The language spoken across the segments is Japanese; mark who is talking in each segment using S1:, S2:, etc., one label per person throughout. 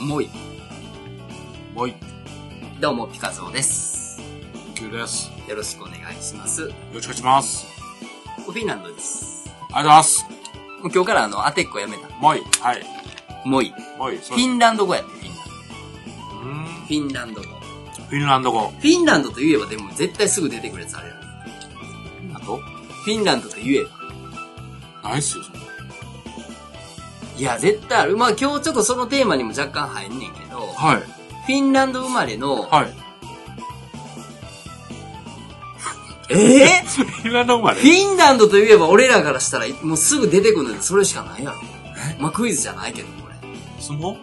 S1: もい。
S2: もい。
S1: どうも、ピカゾーです。
S2: キューです。よ
S1: よろしくお願いします。フ
S2: ろしくお願いします。
S1: ィンランドです。
S2: ありがとうございます。
S1: もう今日からあの、アテックをやめた。
S2: もい。はい。
S1: もい。
S2: もい。
S1: フ
S2: そう
S1: ィンランド語やって、フィンランド。
S2: うーん
S1: フィンランド語。
S2: フィンランド語。
S1: フィンランドと言えばでも絶対すぐ出てくるやつあるよね。
S2: あと
S1: フィンランドと言えば。
S2: ないっすよ、そんない
S1: や、絶対ある。まあ今日ちょっとそのテーマにも若干入んねんけど、フ
S2: はい。
S1: ィンランド生まれの、
S2: はい。
S1: ええ
S2: フィンランド生まれ
S1: フィンランドといえば俺らからしたらもうすぐ出てくるのでそれしかないやろ。まあクイズじゃないけど、これ。
S2: 相撲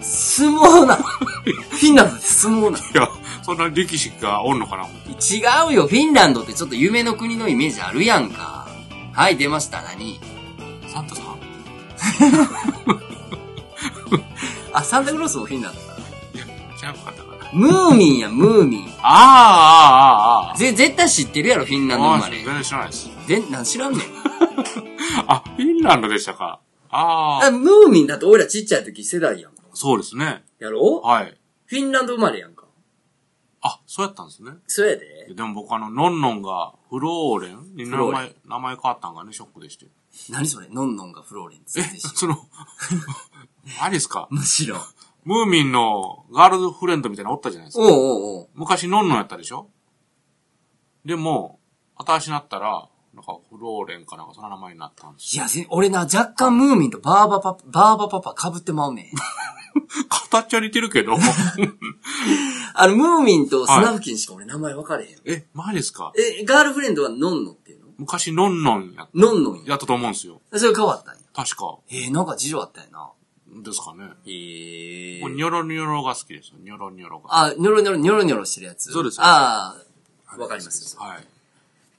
S1: 相撲なの フィンランドって相撲なの
S2: いや、そんな力士がおんのかな
S1: 違うよ、フィンランドってちょっと夢の国のイメージあるやんか。はい、出ました、何
S2: サンタさん
S1: あ、サンタクロースもフィンランドだ。
S2: いや、ちゃうかったかな。
S1: ムーミンや、ムーミン。
S2: あーあーあーあー。
S1: ぜ、絶対知ってるやろ、フィンランド生まれ
S2: 全。然知らないです。
S1: ぜ、なん知らんねん。
S2: あ、フィンランドでしたか。あ
S1: あ、
S2: あ。
S1: ムーミンだって俺らちっちゃい時世代やんか。
S2: そうですね。
S1: やろ
S2: はい。
S1: フィンランド生まれやんか。
S2: あ、そうやったんですね。
S1: そうやで。
S2: でも僕あの、のんのんがフローレンに名
S1: フローレ
S2: 前、名前変わったんがね、ショックでして。
S1: 何それ、のんのんがフローレンツ。
S2: え、その、 あれですか
S1: むしろ。
S2: ムーミンのガールズフレンドみたいなのおったじゃないです
S1: お
S2: か。
S1: うおうおう。
S2: 昔のんのんやったでしょでも、新しになったら、なんかフローレンかなんかその名前になったんです
S1: い
S2: よ。
S1: や、ぜ俺な、若干ムーミンとバーバパパ、バーバパパ被ってまうねん。
S2: 形は似てるけ ど。
S1: あの、ムーミンとスナフキンしか俺名前分かれへん。
S2: え、マジですか
S1: え、ガールフレンドはノンノっていうの
S2: 昔のんのんや、
S1: ノンノンや。
S2: やったと思うんですよ。
S1: それ変わったんや。
S2: 確か。
S1: えー、なんか事情あったんやな。
S2: ですかね。
S1: へえ
S2: もうニョロニョロが好きですよ。ニョロニョロが。
S1: あ、ニョロニョロ、ニョロニョロしてるやつ。
S2: そうです
S1: ああ、わかりますよ。
S2: はい。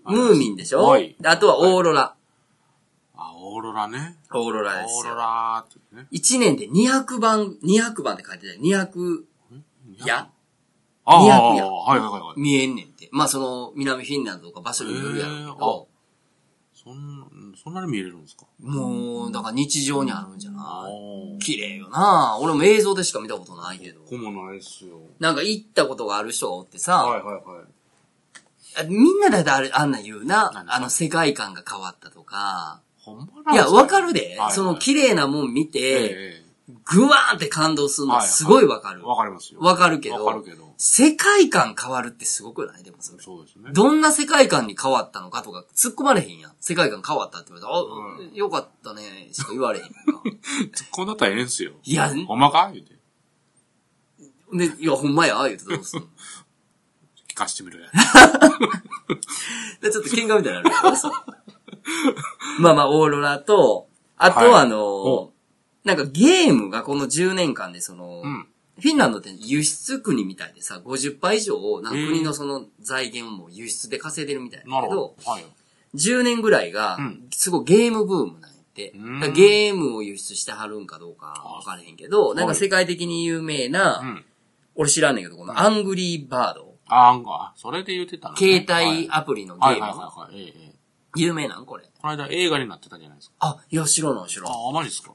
S1: ムーミンでしょ
S2: はい
S1: であとはオーロラ。
S2: あ、オーロラね。
S1: オーロ
S2: オ
S1: ラです
S2: ーロ
S1: よ。
S2: ラーってね。
S1: 1年で200番、200番って書いてない。200や
S2: ああ、
S1: 200や
S2: はいはいはいはい。
S1: 見えんねんって。まあその、南フィンランドとか場所にもよるやろうけ
S2: へ
S1: ど
S2: ー、そんな、そんなに見れるんですか
S1: もう、だから日常にあるんじゃ
S2: あ
S1: ない
S2: ー
S1: 綺麗よな俺も映像でしか見たことないけど。
S2: ここもないっすよ。
S1: なんか行ったことがある人がおって
S2: は
S1: さ、
S2: いはいはい。
S1: あみんなだいたいあれ、あんなん言うな
S2: 何。
S1: あの世界観が変わったとか。
S2: ほんまなん
S1: い
S2: です
S1: や、わかるで
S2: はいは。い
S1: その綺麗なもん見
S2: え
S1: て、
S2: ええ
S1: グワーンって感動するの
S2: はいはい
S1: すごいわか
S2: え
S1: る。
S2: わかりますよ。
S1: わかるけ
S2: わかる
S1: ど、
S2: けど。
S1: 世界観変わるってすごくないでもそれ。
S2: そうですね。
S1: どんな世界観に変わったのかとか突っ込まれへんやん。世界観変わったって言われたら、あ、
S2: う
S1: よかったね、しか言われへんやんか。
S2: 突っ込んだったらええんすよ。
S1: いや
S2: ほんまか言うて。
S1: で、いや、ほんまや、言うてどうすんの
S2: 聞かしてみるや。
S1: で、ちょっと喧嘩みたいになる。まあまあ、オーロラと、あと
S2: はい
S1: はあの
S2: お
S1: なんかゲームがこの10年間でその、
S2: うん。
S1: フィンランドって輸出国みたいでさ、50%以上を、なんか
S2: へー
S1: 国のその財源をもう輸出で稼いでるみたいなん
S2: な
S1: だ
S2: る
S1: け
S2: ほ
S1: ど
S2: ど、。はい。
S1: 10年ぐらいが
S2: うん、
S1: すごいゲームブームなんやって。
S2: うん
S1: だからゲームを輸出してはるんかどうかわからへんけど、
S2: い
S1: なんか世界的に有名
S2: う
S1: な、
S2: ん。
S1: 俺知らんねんけど、このアングリーバード、
S2: あ、なんか、それで言ってたのね
S1: 携
S2: はい
S1: 帯アプリのゲ
S2: はいはい
S1: ーム。
S2: はいはい。ええええ
S1: 有名なんこれ。
S2: この間映画になってたじゃないですか。
S1: あ、いや、知らない、知らない。
S2: ああ、マジっすか。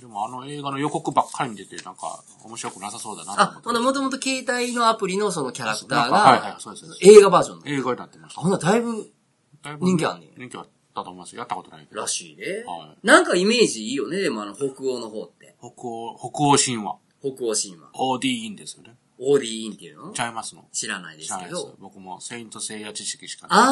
S2: でもあの映画の予告ばっかり見てて、なんか、面白くなさそうだなと思っ
S1: あ
S2: て、。
S1: ほんもともと携帯のアプリのそのキャラクター
S2: はいはい
S1: が、
S2: そうですそうです
S1: 映画バージョンの。
S2: 映画になってました。
S1: ほんならだいぶ
S2: だいぶ
S1: 人気あんねん
S2: 人気あったと思いますよ。やったことないけど。
S1: らしいね
S2: は。
S1: なんかイメージいいよね、でもあの、北欧の方って。
S2: 北欧、北欧神話。
S1: 北欧神話。
S2: ODE ですよね。
S1: オーディーインっていうの
S2: ちゃいますの。
S1: 知らないで
S2: 知
S1: す
S2: らな
S1: け
S2: いです
S1: ど。。
S2: 僕も、セイント聖夜知識しかない。
S1: あ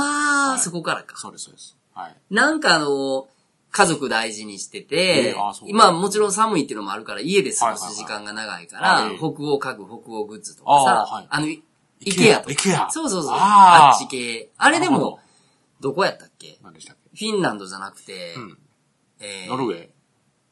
S2: は
S1: ー、
S2: い
S1: そこからか。
S2: そうです、そうです。はい。
S1: なんかあの、家族大事にしてて
S2: えーあーそ、う
S1: まあもちろん寒いっていうのもあるから、家で過ごす時間が長いから
S2: はいはいはい、
S1: 北欧家具、北欧グッズとかさ
S2: あーはい、
S1: あの、イケアとか。
S2: IKEA
S1: そうそうそう。あ
S2: あー
S1: っち系。あれで
S2: なるほ
S1: も
S2: ど、
S1: どこやったっけ
S2: 何でしたっけ
S1: フィンランドじゃなくて、
S2: うん。
S1: えー
S2: ノルウェー。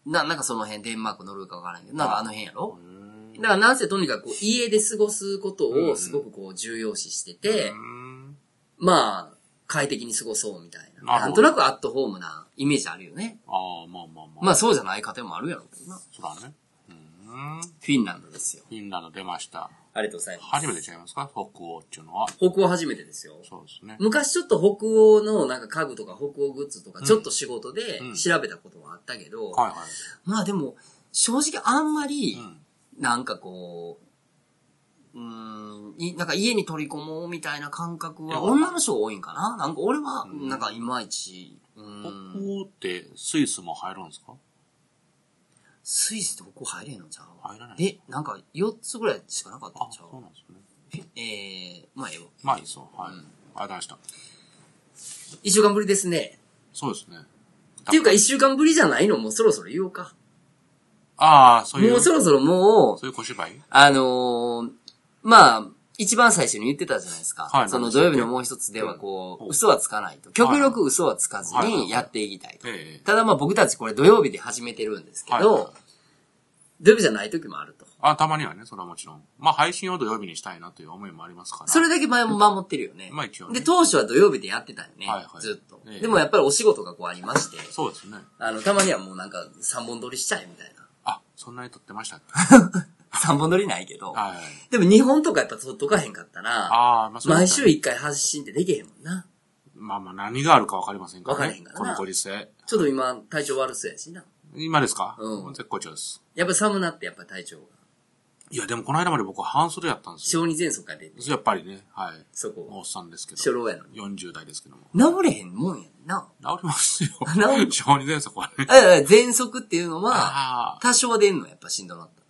S1: な、なんかその辺、デンマーク、ノルウェーかわからんけど、なんかあの辺やろ
S2: う
S1: だからなんせとにかくこう家で過ごすこと
S2: うんう
S1: を
S2: ん
S1: すごくこう重要視してて、
S2: ん。
S1: まあ、快適に過ごそうみたいな。
S2: なるほど
S1: なんとなくアットホームなイメージあるよね。
S2: ああ、まあまあまあ。
S1: まあそうじゃない家庭もあるやろうけどな。
S2: そうだね。うん。フ
S1: フィンランドですよ。
S2: ィンランド出ました。
S1: ありがとうございます。
S2: 初めてちゃいますか北欧っていうのは。
S1: 北欧初めてですよ。
S2: そうですね。
S1: 昔ちょっと北欧のなんか家具とか北欧グッズとかちょっと仕事で
S2: うん
S1: 調べたことはあったけど、
S2: はいはい。
S1: まあでも、正直あんまり、
S2: うん。
S1: なんかこう、うーん、いなんか家に取り込もうみたいな感覚
S2: いや
S1: は、女の人多いんかななんか俺は、
S2: うん
S1: なんかいまいち、うーん、
S2: 北欧ってスイスも入るんですか
S1: スイスってここ入れんのじゃん。
S2: 入らない。
S1: え、なんか4つぐらいしかなかった
S2: あ
S1: ん、ちゃ
S2: そう
S1: う
S2: なんですね。
S1: えー、まあええわ。
S2: まあいいそう。はい
S1: うん。
S2: あ、出した。
S1: 一週間ぶりですね。
S2: そうですね。
S1: っていうか一週間ぶりじゃないのもうそろそろ言おうか。
S2: ああ、そういう。
S1: もうそろそろもう、
S2: そういう小芝居
S1: あのーまあ、一番最初に言ってたじゃないですか。
S2: はい
S1: その土曜日のもう一つではこう、
S2: うん
S1: 嘘はつかないと。極力嘘はつかず
S2: はいはい
S1: にやっていきたいと。
S2: ええ。
S1: ただまあ僕たちこれ土曜日で始めてるんですけ
S2: はい
S1: ど、土曜日じゃない時もあると。
S2: あ、たまにはね、それはもちろん。まあ配信を土曜日にしたいなという思いもありますから。
S1: それだけ前も守ってるよね。
S2: まあ一応ね
S1: で、当初は土曜日でやってたよね。
S2: はいはい
S1: ずっと、
S2: ええ
S1: でもやっぱりお仕事がこうありまして、
S2: そうですね。
S1: あの、たまにはもうなんか3本撮りしちゃえみた いな。
S2: あ、そんなに撮ってましたっけ
S1: 3本撮りないけど。
S2: はい。
S1: でも2本とかやっぱ撮っとかへんかったら、
S2: ああ、まあそう
S1: 毎
S2: です
S1: 週
S2: ね
S1: 1回発信ってできへんもんな。
S2: まあまあ何があるかわかりませんからね。
S1: わかりへんからな
S2: このご時世。
S1: ちょっと今、体調悪そうやしな。
S2: 今ですか
S1: うん
S2: も絶好調です。
S1: やっぱ寒なって、やっぱ体調が。
S2: いや、でもこの間まで僕は半袖やったんですよ。
S1: 小児喘息が出て、
S2: そうやっぱりね、はい。
S1: そこ
S2: もうお
S1: は。
S2: っさんですけ
S1: 初
S2: ど。
S1: 老やのに。
S2: 40代ですけども。
S1: 治れへんもんやんな。
S2: 治りますよ。
S1: 治 る
S2: 小児喘息はね。
S1: あいやいや喘息っていうのは、
S2: ああ。
S1: 多少は出んの、やっぱしんどなったら。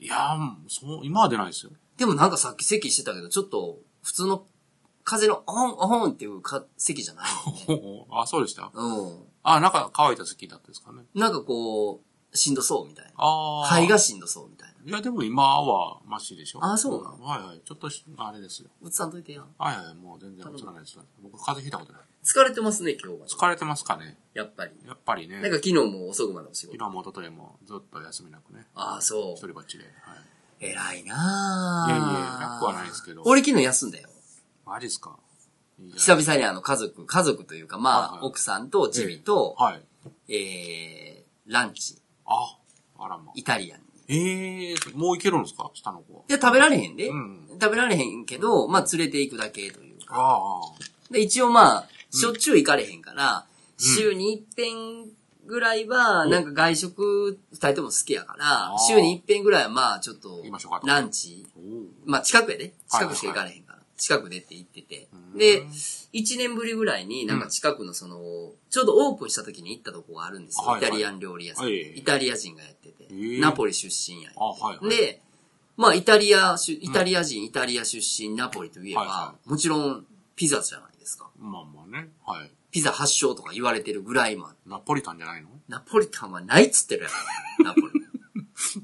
S2: いやー、そう、今は出ないですよ。
S1: でもなんかさっき咳してたけど、ちょっと、普通の、風の、あほん、あほんっていうか咳 じゃないのね、
S2: ほうほうあ、そうでした。
S1: うん。
S2: あ、なんか乾いた好きだったですかね。
S1: なんかこう、しんどそうみたいな。
S2: ああ。
S1: 肺がしんどそうみたいな。
S2: いや、でも今はマシでしょ。
S1: あそうなの
S2: はいはい。ちょっとし、あれですよ。
S1: うつさんといてや。
S2: はいはい、もう全然映らないです。僕、風邪ひいたことない。
S1: 疲れてますね、今日は。
S2: 疲れてますかね
S1: やっぱり。
S2: やっぱりね。
S1: なんか昨日も遅くまでお仕事。
S2: 昨日も一昨日もずっと休みなくね。
S1: ああ、そう
S2: 一。人ぼっちで。はい。
S1: 偉いなぁ。
S2: いやいやなくはないですけど
S1: 俺昨日休んだよ。
S2: マジっすかいいじゃ
S1: 久
S2: な
S1: 々
S2: い
S1: にあの家族、家族というかまあ、
S2: はいはい
S1: 奥さんとジビと、
S2: はい。
S1: えー、ランチ、
S2: あ、あらま。
S1: イタリアンに。
S2: ええもういけるんですか下の子は。
S1: いや、食べられへんで、
S2: うん
S1: 食べられへんけど、まあ連れて行くだけというか。
S2: ああ、ああ。
S1: で、一応まあ、しょっちゅう行かれへんから、週に一遍ぐらいは、なんか外食、二人とも好きやから
S2: あ、ー
S1: 週に一遍ぐらいはまあちょっと
S2: 行きましょうか、と
S1: ランチ、
S2: おお。
S1: まあ近くやで。
S2: はい
S1: 近
S2: はいはい
S1: くしか行かれへんから。近くでって言ってて
S2: う。ん
S1: で、1年ぶりぐらいになんか近くのその、ちょうどオープンした時に行ったとこがあるんですよ。
S2: はいはい
S1: イタリアン料理屋さん。
S2: はい
S1: イタリア人がやってて。
S2: ー
S1: ナポリ出身やん
S2: あ、はいはい。
S1: で、まあイタリア出、イタリア人、イタリア出身、ナポリといえば、
S2: はいは
S1: もちろんピザじゃないですか。
S2: まあまあね。はい。
S1: ピザ発祥とか言われてるぐらいまで。
S2: ナポリタンじゃないの
S1: ナポリタンはないっつってるやろ。ナポリ。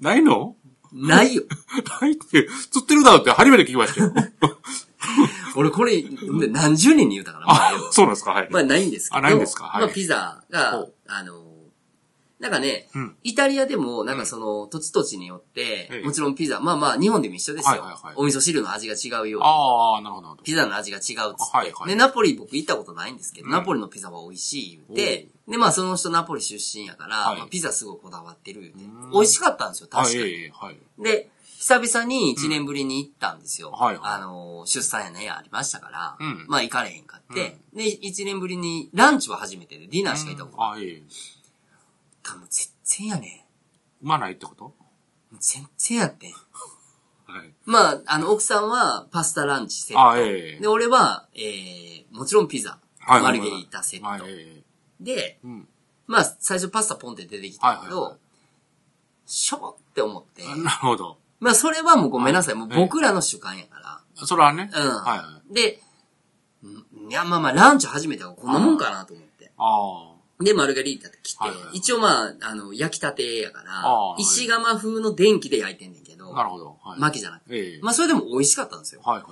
S2: ないの
S1: ないよ。
S2: ないって、釣ってるだろって初めて聞きましたよ。
S1: 俺これ、何十人に言うたから、まあええわ
S2: あ、そうなんですかはい。
S1: まあないんですけど。
S2: あないんですかはい
S1: まあピザ
S2: ほ
S1: が
S2: う、
S1: あの、なんかね、
S2: うん
S1: イタリアでも、なんかその、土地土地によって、
S2: ええ
S1: もちろんピザ、まあまあ、日本でも一緒ですよ。
S2: はいはいはい
S1: お味噌汁の味が違うように
S2: ああ、なるほど、なるほ
S1: ピザの味が違うっつって。
S2: はいはい
S1: で、ナポリ僕行ったことないんですけど、
S2: うん
S1: ナポリのピザは美味しい言って、で、まあその人ナポリ出身やから、
S2: はい
S1: まあピザすごいこだわってる言って
S2: うん、
S1: 美味しかったんですよ、
S2: ど。あ、
S1: 確か
S2: え
S1: に。
S2: えええ、はい。
S1: で、久々に1年ぶりに行ったんですよ。
S2: うんはいはい
S1: あのー、出産やね、ありましたから、
S2: うん
S1: まあ行かれへんかって、で、1年ぶりにランチは初めてで、ディナーしか行ったことない。
S2: あ、ええ。
S1: かもう全然やね
S2: うまないってこと
S1: もう全然やってん。
S2: はい。
S1: まあ、あの、奥さんはパスタランチセット。
S2: あ、ええ
S1: で、。俺は、えー、もちろんピザ。
S2: はい
S1: マルゲリータセット。
S2: はい、ええ。
S1: で、
S2: うん。
S1: まあ、最初パスタポンって出てきたけど、
S2: はいはいはい
S1: しょぼって思って。
S2: なるほど。
S1: まあ、それはもうごめんなさい。
S2: はい
S1: もう僕らの主観やから。
S2: それはね。
S1: うん。
S2: はいはい。
S1: で、んいや、まあまあ、ランチ初めてはこんなもんかなと思って。
S2: あ
S1: で、マルガリータって来て、
S2: はいはい
S1: 一応まあ、あの、焼きたてやから
S2: ああ、
S1: 石窯風の電気で焼いてんねんけど、
S2: あ。なるほど。はい。
S1: 薪じゃなくて。
S2: ええ。
S1: まあ、それでも美味しかったんですよ。
S2: はいはい。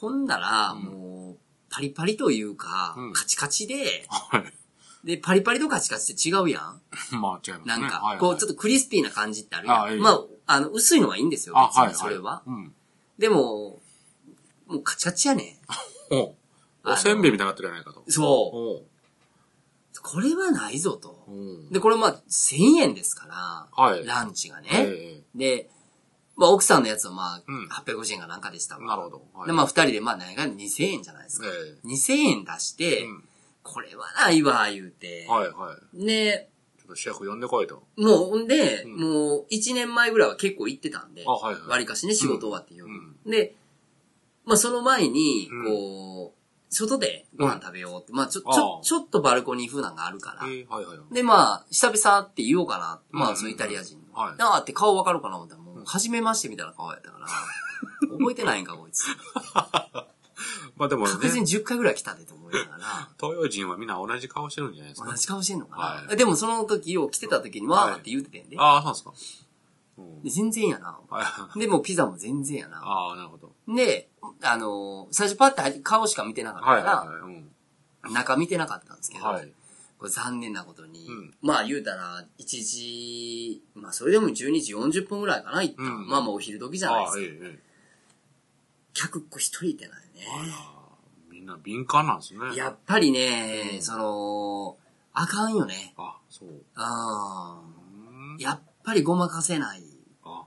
S1: ほんなら、
S2: うん
S1: もう、パリパリというか、
S2: うん
S1: カチカチで、
S2: はい。
S1: で、パリパリとカチカチって違うやん
S2: まあ、違いますね。
S1: なんか、
S2: はいはい
S1: こう、ちょっとクリスピーな感じってあるやん。
S2: ああいい
S1: まあ、あの、薄いのはいいんですよ、
S2: あ、
S1: 別
S2: はいはい。
S1: にそれは。
S2: うん。
S1: でも、もうカチカチやね
S2: お
S1: あの
S2: おせんべいみたいになってるじゃないかと。
S1: ん。そう。
S2: お
S1: これはないぞと。
S2: お
S1: で、これまあ、1000円ですから、
S2: はい
S1: ランチがね。
S2: え
S1: で、まあ、奥さんのやつはまあ
S2: うん、
S1: 850円かなんかでした
S2: え。
S1: わ
S2: なるほど。はい
S1: で、まあ、二人でまあ、何が2000円じゃないですか。
S2: え
S1: 2000円出し
S2: え。
S1: て、
S2: うん
S1: これはないわ、言うて。
S2: はいはい。
S1: で、
S2: ちょっシェフ呼んでこいと。
S1: もう、ほんで、
S2: うん
S1: もう、1年前ぐらいは結構行ってたんで、
S2: あ、はいはい。
S1: 割かしね、仕事終わって夜。
S2: うん
S1: で、まあ、その前に
S2: う、ん
S1: こう、外でご飯食べようって、まあ、ちょ、ち
S2: あ
S1: ょ
S2: あ、
S1: ちょっとバルコニー風なんがあるから
S2: え、ー、はいはい。
S1: で、まあ、久々って言おうかな。ま
S2: う
S1: あ、
S2: ん
S1: そのイタリア人の。
S2: はい
S1: なあって顔わかるかな思ったら、も
S2: う
S1: う、
S2: ん
S1: 初めましてみたいな顔やった から、覚えてないんか、こいつ。
S2: まあでもね、
S1: 確実に10回ぐらい来たでと思いな がら、
S2: 東洋人はみんな同じ顔してるんじゃないですか
S1: 同。じ顔してんのかな。
S2: は
S1: でも、その時を来てた時に
S2: はい
S1: は、って言っててんで。
S2: ああ、そうなんですか。うん
S1: で全然やな。
S2: はい
S1: で、もうピザも全然やな。
S2: ああ、なるほど。
S1: で、あのー最初パッて入って顔しか見てなかったか
S2: はい
S1: ら、
S2: はいはい。うん
S1: 中見てなかったんですけど、
S2: はい。
S1: これ残念なことに、
S2: うん
S1: まあ言うたら、1時、まあそれでも12時40分ぐらいかな、行った
S2: うん
S1: まあまあお昼時じゃない
S2: あ
S1: です
S2: あ、
S1: か。
S2: えええ
S1: 客っ子一人いてない
S2: え。あ
S1: ね。
S2: ら、みんな敏感なんですね。
S1: やっぱりね、
S2: うん
S1: その、あかんよね。
S2: あ、そう。
S1: あ
S2: う
S1: あ
S2: ん
S1: やっぱりごまかせない。
S2: あ、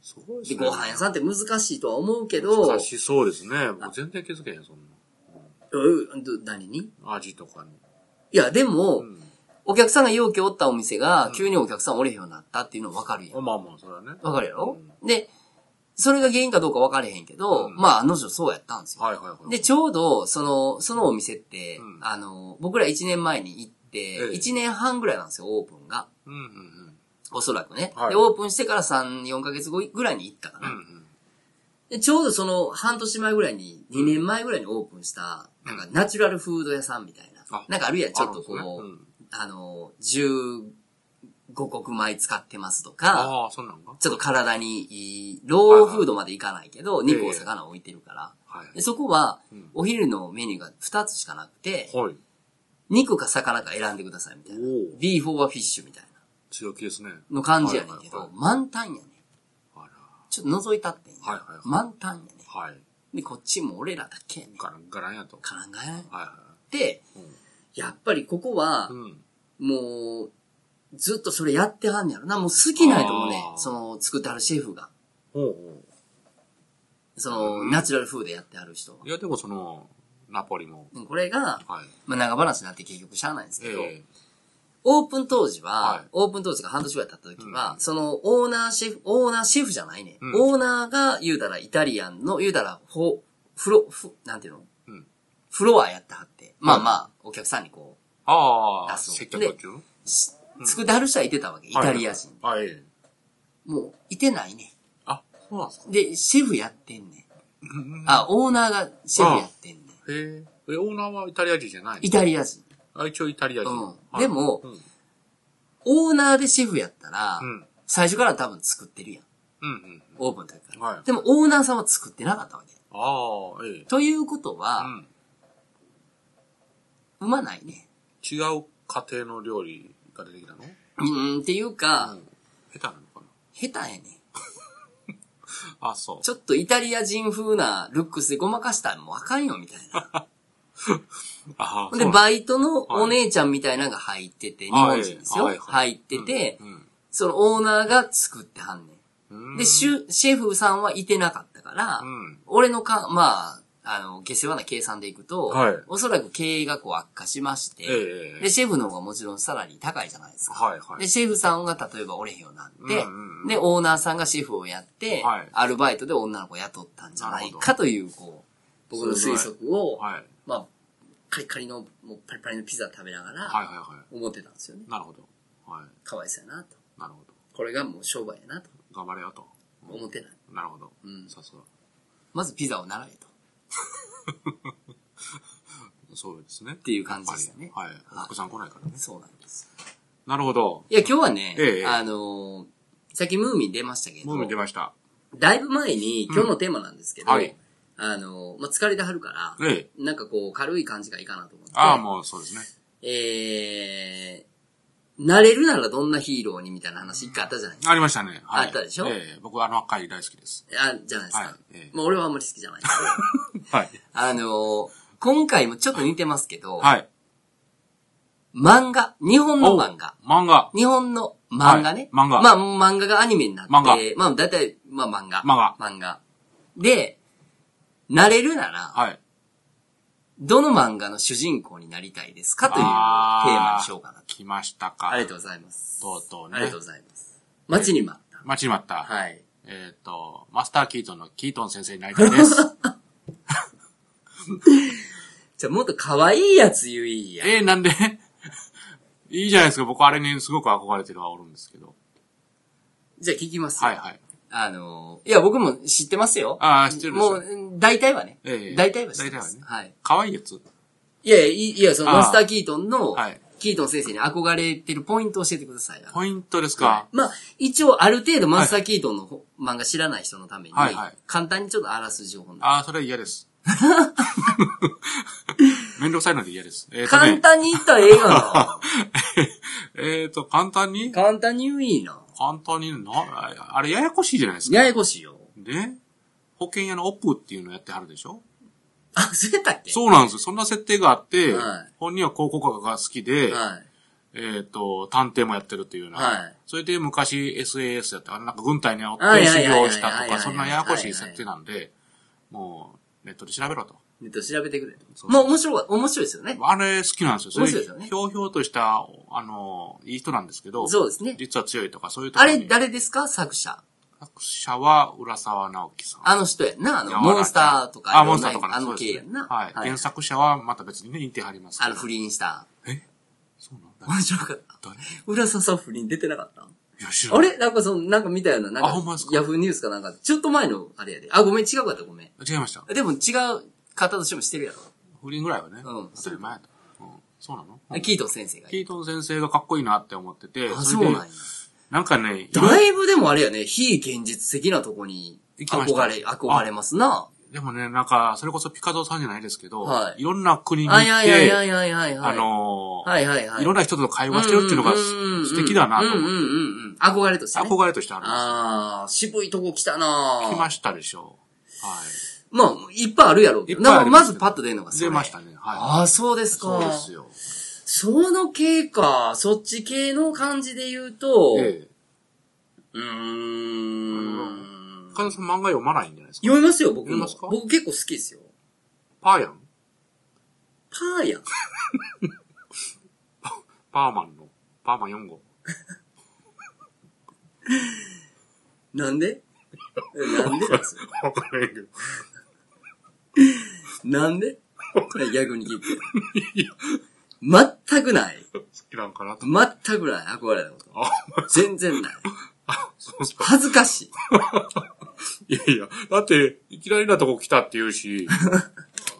S2: すごいです
S1: で、
S2: ね。
S1: ご飯屋さんって難しいとは思うけど、
S2: 難しそうですね。僕全然気づけへん、そん
S1: うんど何に
S2: な。味とかに。
S1: いや、でも、
S2: うん。
S1: お客さんが容器おったお店が
S2: う、ん
S1: 急にお客さんおれへんようになったっていうの分かるやん。
S2: まあまあ、それはね。
S1: 分かるやろ、で、それが原因かどうか分かれへんけど、
S2: うん
S1: まあ、あの女そうやったんですよ。
S2: はいはいはい。
S1: で、ちょうど、その、そのお店って、
S2: うん
S1: あの、僕ら1年前に行っ
S2: ええ
S1: て、1年半ぐらいなんですよ、オープンが。
S2: うんうんうん。
S1: おそらくね。
S2: はい
S1: で、オープンしてから3、4ヶ月後ぐらいに行ったか
S2: う
S1: な。
S2: んうん。
S1: で、ちょうどその、半年前ぐらいに、2年前ぐらいにオープンした、なんか、ナチュラルフード屋さんみたいな
S2: あ。
S1: なんかあるやん、ちょっとこう、
S2: あるんですねうん
S1: あの、15穀米使ってますとか、
S2: ああ、そんなんか
S1: ちょっと体にいい、ローフードまでいかないけど、
S2: いはい
S1: 肉お魚置いてるから。
S2: はい
S1: で。そこは
S2: うん、
S1: お昼のメニューが2つしかなくて、
S2: はい。
S1: 肉か魚か選んでくださいみたいな。
S2: おお。
S1: ビーフォーはフィッシュみたい
S2: 強気ですね。
S1: なの感じやねんけ
S2: はい
S1: ど
S2: は、
S1: 満タンやねん。
S2: あ
S1: ちょっと覗いたってんや
S2: はいはいはい
S1: 満タンやね
S2: ら。はい。
S1: ん。で、こっちも俺らだけやねん。
S2: ガランガランやと。
S1: かなんがやねん
S2: はい
S1: で、
S2: はい。
S1: やっぱりここは
S2: う、ん。うん。
S1: もう、ずっとそれやってはんねやろな。もう好きなんやと思うね
S2: あ。ー
S1: その、作ってはるシェフが。
S2: ほうほう。
S1: その、
S2: うん。
S1: ナチュラルフードやってある人はい
S2: や、でもその、ナポリも。
S1: これが、
S2: はい。
S1: まあ、長話になって結局しゃあないんですけど、
S2: え
S1: オープン当時は、
S2: はい
S1: オープン当時が半年ぐらい経った時は、
S2: うん
S1: そのオーナーシェフ、オーナーシェフじゃないね。
S2: うん
S1: オーナーが言うたらイタリアンの、言うたら、ほ、フロ、フ、なんていうの
S2: うん
S1: フロアやってはって、まあまあ、お客さんにこ
S2: ああ、
S1: あそう
S2: 接客途中
S1: う、し
S2: うん
S1: 作ってはる人はいてたわけ、イタリア人。
S2: はいはい。はい
S1: もう、いてないね。
S2: あ、そうなんですか
S1: で、シェフやってんね。
S2: うん
S1: あ、オーナーがシェフやってんね。
S2: へえ。え、オーナーはイタリア人じゃない
S1: イタリア人。
S2: あ、一応イタリア人。
S1: うん
S2: はい
S1: でも
S2: うん。
S1: オーナーでシェフやったら、
S2: うん。
S1: 最初から多分作ってるやん。
S2: うん。
S1: オープンの時から。
S2: はい。
S1: でもオーナーさんは作ってなかったわけ。
S2: ああ、ええ。
S1: ということ
S2: う
S1: は、
S2: ん。
S1: うまないね。
S2: 違う家庭の料理が出てきたの
S1: うん、っていうか、
S2: うん下手なのか
S1: 下手やね。
S2: なあ、そう。
S1: ちょっとイタリア人風なルックスでごまかしたらもうあかんよ、みたい な。
S2: あ
S1: ほんで、
S2: そう
S1: バイトのお姉ちゃんみたいなのが入ってて、日本人ですよ。
S2: あええあええ
S1: 入ってて、
S2: うん
S1: そのオーナーが作ってはんね
S2: うん
S1: ん。で、シュシェフさんはいてなかったから、
S2: うん。
S1: 俺のか、まあ、あの、下世話な計算でいくと、
S2: はい
S1: おそらく経営がこう悪化しまして、
S2: ええええ
S1: で、。シェフの方がもちろんサラリー高いじゃないですか。
S2: はいはい
S1: で、。シェフさんが例えばおれへんようになって、
S2: うんうんうん
S1: で、オーナーさんがシェフをやって、
S2: はい
S1: アルバイトで女の子を雇ったんじゃないかという、こう、僕の推測を、
S2: はい。
S1: まあ、カリカリの、もうパリパリのピザ食べなが
S2: はい
S1: ら、
S2: はいは
S1: 思ってたんですよね。
S2: い。なるほど。はい。
S1: かわいそうやなと。
S2: なるほど。
S1: これがもう商売やなと
S2: 頑張れよと。
S1: 思ってない。
S2: なるほど。
S1: うん
S2: さすが。
S1: まずピザを習えと。
S2: そうですね。って
S1: いう感じでしたね
S2: はい。
S1: はい
S2: お子さん来ないからね。
S1: そうなんです。
S2: なるほど。
S1: いや、今日はね、
S2: ええ
S1: あのーさっきムーミン出ましたけ
S2: もう見て
S1: ど、
S2: ました。
S1: だいぶ前に今日のテーマなんですけど、
S2: うんはい
S1: あのーまあ、疲れてはるから、
S2: ええ。
S1: なんかこう、軽い感じがいいかなと思って。
S2: ああ、もうそうですね。
S1: えー、なれるならどんなヒーローにみたいな話一回あったじゃないですか。
S2: ありましたね。はい。
S1: あったでしょ
S2: ええ。僕、あの会大好きです。
S1: あ、じゃないですか。
S2: はいええ
S1: まあ俺はあんまり好きじゃないけど。
S2: はい。
S1: あのー今回もちょっと似てますけど、
S2: はい。
S1: 漫画、日本の漫画。
S2: お。漫画。
S1: 日本の漫画ね。
S2: はい漫画
S1: まあ漫画がアニメになって、
S2: 漫画
S1: まあ大体、まあ漫画。
S2: 漫画
S1: 漫画。で、なれるなら、
S2: はい。
S1: どの漫画の主人公になりたいですかというテーマにしようかなと。
S2: 来ましたか。
S1: ありがとうございます。
S2: とうとうね
S1: ありがとうございます。待ちに待っ
S2: 待ちに待った。
S1: た。はい。
S2: えっ、と、マスターキートンのキートン先生になりたいです。
S1: じゃあもっと可愛いやつ言いや。
S2: えー、なんで いいじゃないですか。僕あれにすごく憧れてるはおるんですけど。
S1: じゃあ聞きますよ。
S2: はいはい。
S1: あの、いや、僕も知ってますよ。
S2: ああ、知ってるんです
S1: も
S2: よ
S1: う、大体はね。
S2: ええ
S1: 大体は知ってます。
S2: 大体
S1: はい。
S2: 可愛いやつ
S1: いやいやいい、いや、その
S2: ああ
S1: マスター・キートンの、
S2: はい
S1: キートン先生に憧れてるポイントを教えてください。
S2: ポイントです
S1: は
S2: か、
S1: いまあ、一応ある程度マスター・キートンのほ漫画知らない人のために、
S2: はいはい
S1: 簡単にちょっとあらすじをほんで
S2: ああ、それは 嫌です。めんどくさいので嫌です。えっ、と
S1: 簡
S2: ね。
S1: 単に言ったらええ がな。
S2: えっと、簡単に
S1: 簡単に言ういいな。
S2: 簡単にな、あれややこしいじゃないですか。
S1: ややこしいよ。
S2: で、保険屋のオプっていうのやってはるでしょ
S1: あ、そうやったっけ
S2: そうなんですよ。そんな設定があって、
S1: はい
S2: 本人は広告が好きで、
S1: はい。
S2: えっ、と、探偵もやってるっていうような。
S1: はい
S2: それで昔 SAS やって、あのなんか軍隊におって
S1: はいはいはい
S2: 修
S1: はい
S2: 行した
S1: はい
S2: と
S1: はいは
S2: か、
S1: い
S2: そんなややこしい設定なんで、もうネットで調べろと。
S1: ネット調べてくれ。
S2: そう
S1: まあ、面白い、面白いですよね。
S2: あれ好きなんですよ。そ
S1: 面白いですよ
S2: れ
S1: ね
S2: ひょうひょうとした、あの、いい人なんですけど、
S1: そうですね。
S2: 実は強いとかそういうとこ
S1: あ
S2: ろ
S1: れ、
S2: に。
S1: 誰ですか作者。
S2: 作者は浦沢直樹さん。
S1: あの人やんな。あ
S2: い
S1: の、
S2: やわら
S1: モンスターとか。
S2: あ、モンスターとかね
S1: あの
S2: そうです
S1: 系
S2: ね
S1: やんな。
S2: はい。原作者はまた別にね、言ってはりますけ
S1: あ
S2: ど。
S1: の、不倫した。
S2: えそうなんだ。
S1: 面白かった。
S2: 誰い
S1: 浦沢さん不倫出てなかった
S2: や、知ら
S1: あ
S2: ない。
S1: れなんかその、なんか見たような、なん
S2: あほんまですか
S1: ヤフーニュースかなんか、ちょっと前のあれやで。あ、ごめん、違うかった、ごめん。
S2: 違いました。
S1: でも違う方としてもしてるやろ。
S2: 不倫ぐらいはね。
S1: うん
S2: 当たり前やと。うん。そうなのうん
S1: キートン先生が
S2: キ。ートン先生がかっこいいなって思ってて、
S1: あ、
S2: そ
S1: そう
S2: れ
S1: なん
S2: で
S1: や、。
S2: なんかね、
S1: だいぶでもあれやね、非現実的なとこに
S2: 行きました
S1: 憧れ、憧れますな。
S2: でもね、なんか、それこそピカゾーさんじゃないですけど、
S1: はい
S2: いろんな国に行
S1: あ、
S2: っ
S1: いやいやいや
S2: て、
S1: いやいやいや。
S2: あのー
S1: はいはいはい。
S2: いろん
S1: な
S2: な人と会話してるっていうのが素敵だなと
S1: うんうんうん
S2: 思っ、
S1: うん。憧れとしててね。
S2: 憧れとしてあるんです
S1: ああ、渋いとこ来たな
S2: よ。来ま
S1: し
S2: したでしょう。はい。
S1: た。まあ、いっぱいあるやろうけど。
S2: いっぱいあ
S1: な
S2: りま
S1: ますずパッと出るのがそれ
S2: 出ましたね。はい。
S1: ああ、そうですか。
S2: そうですよ。
S1: その系か。そっち系の感じで言うと、
S2: ええ。
S1: うーん。
S2: 岡田さん漫画読まないんじゃないですか
S1: 読みますよ、僕
S2: 読み
S1: も
S2: ます。か
S1: 僕結構好きですよ。
S2: パーヤン
S1: パーヤン。
S2: パーマンの。パーマン4号。
S1: なんで なんでなんですよ
S2: わかんないけど。
S1: なん で逆に聞いて。全くない。
S2: 好きなんかなと。
S1: 全くない。憧れたこと。
S2: あ、
S1: 全然ない。
S2: そうっすか。
S1: 恥ずかしい。
S2: いやいや。だって、いきなりなとこ来たって言 うし。あ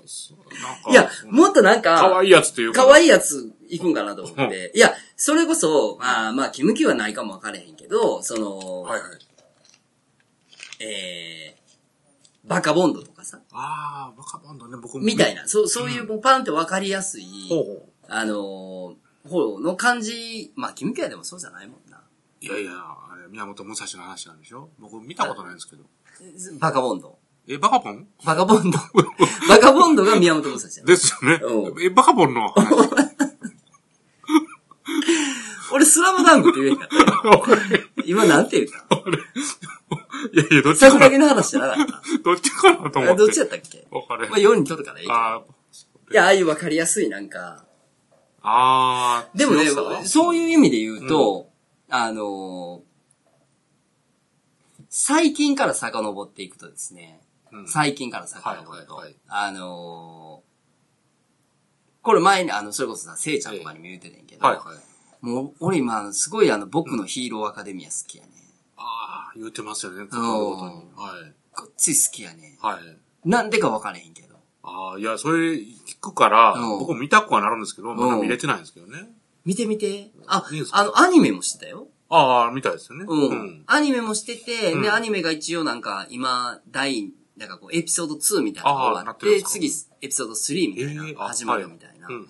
S2: そうなんか
S1: いや、
S2: その
S1: もっとなんか、
S2: 可愛いやつという
S1: 可
S2: い
S1: 愛いやつ行くんかなと思って。いや、それこそ、まあ、まあ、キムキはないかもわかれへんけど、その、
S2: はいはい。
S1: えー、バカボンドとかさ、
S2: ああ、バカバンドね、僕も。
S1: みたい
S2: な。
S1: な、そう、そういうもうパンってわかりやすい、
S2: ほうほ
S1: あのー、方の感じ、まあ、キムキはでもそうじゃないもんな。
S2: う。いやいや、あれ、宮本武蔵の話なんでしょ僕見たことないんですけど。
S1: バカボンド。
S2: え、バカボン
S1: バカボンド。バカボンドが宮本武蔵やな
S2: ですよね
S1: う。
S2: え、バ カボンの話。
S1: 俺、スラムダンクって言えへんかったよ。今なんて言った
S2: いやいや、どっちか
S1: 桜
S2: な、
S1: 木の話じゃなかっ
S2: どっちかなと
S1: た
S2: 思っ
S1: あ。
S2: て。
S1: どっちやったっけ
S2: 分かれへん
S1: まあ、4にとるからいいけど。
S2: あ
S1: いや、ああいうわかりやすいなんか、
S2: あー。
S1: でもね
S2: 強さは、
S1: そういう意味で言うと、あのー最近から遡っていくとですね、
S2: うん
S1: 最近から遡ると、
S2: はいはいはい
S1: あのーこれ前に、あの、それこそさ、せいちゃんとかにも言うてたんやけど、
S2: はいはい。
S1: もう、俺今、すごいあの、僕のヒーローアカデミア好きやね。
S2: ああ、言ってますよね、過去のことに。はい。
S1: こっち好きやね。
S2: はい。
S1: なんでか分からへんけど。
S2: ああ、いや、それ聞くから、
S1: うん
S2: 僕も見たくはなるんですけど、まだ
S1: うん
S2: 見れてないんですけどね。
S1: 見て見て。あ
S2: いいんです、か
S1: あの、アニメもしてたよ。
S2: ああ、見たいですよね。
S1: うん。
S2: うん。
S1: アニメもしてて、
S2: うん
S1: で、アニメが一応なんか、今、第、なんかこう、エピソード2みたいなの
S2: あー
S1: があ
S2: な
S1: っ、
S2: っててるんですか
S1: 次、エピソード3みたいな、
S2: ええあ
S1: 始まるみたいな。
S2: うん。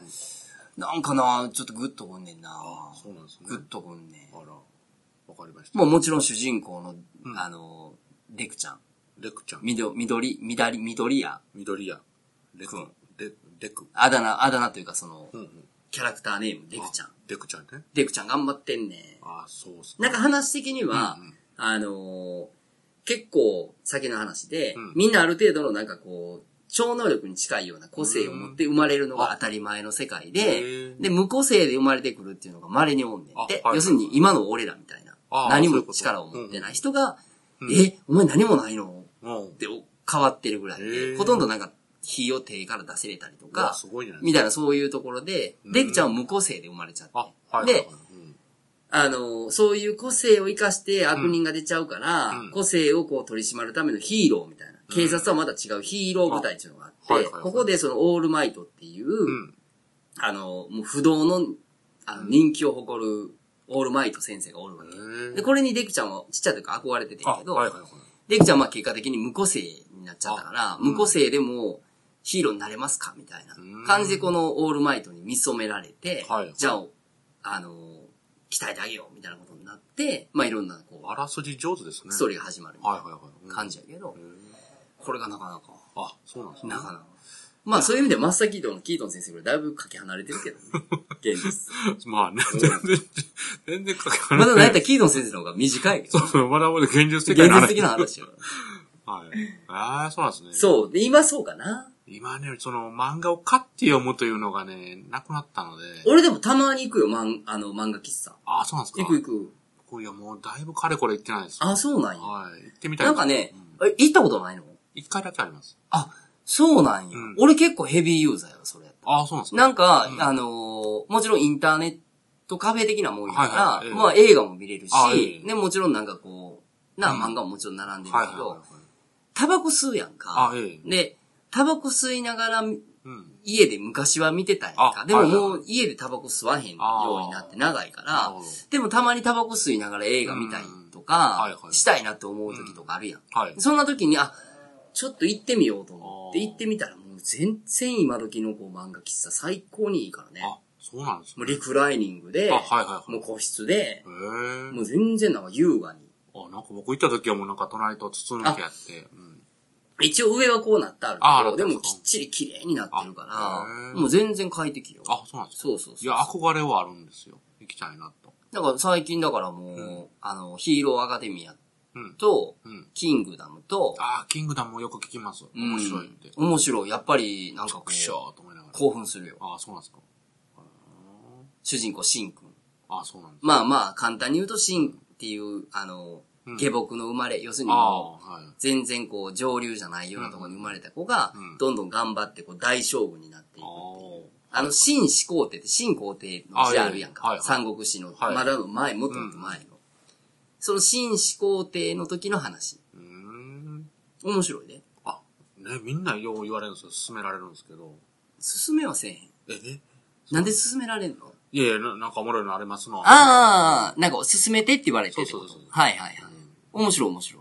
S1: なんかな、ちょっとグッとくんねん
S2: あ
S1: な
S2: あ、。そうなんですね。
S1: グッとくんね
S2: あら、わかりまし
S1: ん。
S2: た。
S1: もうもちろん主人公の、
S2: うん
S1: あの、レクちゃん。
S2: レクちゃん、
S1: みど、緑、緑、緑や。
S2: 緑屋、レク
S1: うん、
S2: レレク。
S1: あだ名、あだ名というかその
S2: う、んうん。
S1: キャラクターネーム、レクちゃん
S2: あ。。レクちゃんね。
S1: レクちゃん頑張ってんね
S2: ああ、そうっす
S1: ん。なんか話的には、
S2: うんうん
S1: あのー結構先の話で、
S2: うん
S1: みんなある程度のなんかこう、超能力に近いような個性を持って生まれるのが当たり前の世界
S2: へ
S1: で、
S2: ー
S1: で、無個性で生まれてくるっていうのが稀におんねんって
S2: あは。い
S1: 要するに今の俺らみたいな
S2: あー。
S1: 何
S2: そうい
S1: も
S2: うこと
S1: 力を持ってない人が、
S2: うん
S1: え、お前何もないの
S2: うん。
S1: って変わってるぐらい
S2: へ
S1: で、
S2: ー
S1: ほとんどなんか火を手から出せれたりと
S2: うわ
S1: か
S2: す、ごいじゃない
S1: みたいなそういうところで、
S2: ん
S1: レクちゃんは無個性で生まれちゃって。
S2: あ、はい。
S1: で、あの、そういう個性を生かして悪人が出ちゃうから、
S2: うん
S1: 個性をこう取り締まるためのヒーローみたいな。警察とはまた違うヒーロー部隊っていうのがあって、
S2: あはいはいはい
S1: ここでそのオールマイトっていう、
S2: うん。
S1: あの、もう不動のあの人気を誇るオールマイト先生がおるわけ。
S2: うん。
S1: で、これにデクちゃんはちっちゃい時から憧れててん
S2: あ、
S1: やけど、
S2: はいはいはい。
S1: デクちゃんは結果的に無個性になっちゃったから、
S2: あうん
S1: 無個性でもヒーローになれますかみたいな
S2: うん
S1: 感じでこのオールマイトに見染められて、
S2: はい
S1: じゃあ、あの、鍛えてあげようみたいなことになって、まあいろんなこ
S2: あらすじ上手です
S1: う、
S2: ね。
S1: ストーリーが始まるみたい
S2: はいはいはい。
S1: な感
S2: じ。
S1: じやけど、これがなかなか、
S2: あ、そうなんですね
S1: な。かなか。まあそういう意味ではマッサキートのキートン先生よりだいぶかけ離れてるけど ね。現実。
S2: まあね、全然、全然かけ
S1: まあでもな
S2: な
S1: ん
S2: い
S1: やったらキートン先生の方が短いけど。
S2: そう、まだまだ現実
S1: 現
S2: 的
S1: 実的な
S2: な。
S1: 話よ。
S2: はい。ああ、そうなんですね。う。
S1: そう。で、今そうかな。
S2: 今ね、その漫画を買って読むというのがね、なくなったので。
S1: 俺でもたまに行くよ、マン、あの、漫画喫茶。
S2: ああ、そうなんですか。
S1: 行く行く。
S2: こいや、もうだいぶかれこれ行ってないです。
S1: あ、そうなんや。
S2: はい。行ってみたい
S1: な
S2: です
S1: んかね
S2: う、
S1: え行ったことないの
S2: 一回だけあります。
S1: あ、そうなんや。
S2: うん
S1: 俺結構ヘビーユーザーよ、それ。
S2: ああ、そうなんですか。
S1: なんか、
S2: うん
S1: あのーもちろんインターネットカフェ的なもんやから、
S2: はいはいええ
S1: まあ映画も見れるし
S2: あえ、え
S1: ね、もちろんなんかこう、な、
S2: うん
S1: 漫画ももちろん並んでる
S2: はい
S1: け
S2: はいはい
S1: ど
S2: は、い。
S1: タバコ吸うやんか
S2: あ。ええ
S1: で、タバコ吸いながら
S2: うん。
S1: 家で昔は見てたやんか。
S2: あ
S1: でも
S2: はいはい
S1: もう家でタバコ吸わへんようになって長いか
S2: なる
S1: ら
S2: ほ、ど
S1: でもたまにタバコ吸いながら映画見たいと
S2: うんはい
S1: か
S2: は、い
S1: したいなって思う時とかあるやん。
S2: はい。
S1: そんな時に、あ、ちょっと行ってみようと思って
S2: あー
S1: 行ってみたらもう全然今時のこう漫画喫茶最高にいいからね。
S2: あ、そうなんです
S1: もう
S2: ね。
S1: リクライニングで、
S2: あ、はいはいはい。
S1: もう個室で、
S2: へ
S1: もう全然なんか優雅に。
S2: え。あ、なんか僕行った時はもうなんか隣と筒抜けやって。うん。
S1: 一応上はこうなってある
S2: あー
S1: け
S2: なっ
S1: ど、
S2: て
S1: で
S2: る
S1: もきっちり綺麗になってるか
S2: あへー
S1: ら、もう全然快適よ。
S2: あ、そうなんですか。
S1: そうそうそう。
S2: いや、憧れはあるんですよ。行きたいなと。
S1: だから最近だからもう、
S2: うん
S1: あの、ヒーローアカデミア
S2: うん。
S1: と、
S2: うん。
S1: キングダムと、
S2: ああ、キングダムもよく聞きます。面白いって。
S1: うん面白い。やっぱり、なんかこ
S2: くし
S1: う、
S2: ょーと思いながら。
S1: 興奮するよ。
S2: ああ、そうなんですか。
S1: 主人公、シンくん。
S2: ああ、そうなんです。
S1: まあまあ、簡単に言うと、シンっていう、あの
S2: うん、
S1: 下僕の生まれ、要するに
S2: ああ、
S1: もう、
S2: はい。
S1: 全然こう、上流じゃないようなところに生まれた子が、
S2: うん
S1: どんどん頑張って、こう、大将軍になっていく。
S2: あ
S1: あの、秦始皇帝って秦皇帝の時代あるやんか。
S2: あはいはい
S1: 三国志の、
S2: はい
S1: まだの前、もっともっと前の。その秦始皇帝の時の話。
S2: あ。うーん。
S1: 面白いね。
S2: あ、ね、みんなよう言われるんですよ。勧められるんですけど。
S1: 進めはせえへん。
S2: え、え
S1: なんで進められんの
S2: いやいや、ななんかおもろいのありますの。
S1: ああ、なんか進めてって言われてってこと
S2: そうそうそうそう
S1: はいはいはい。面白い面白い。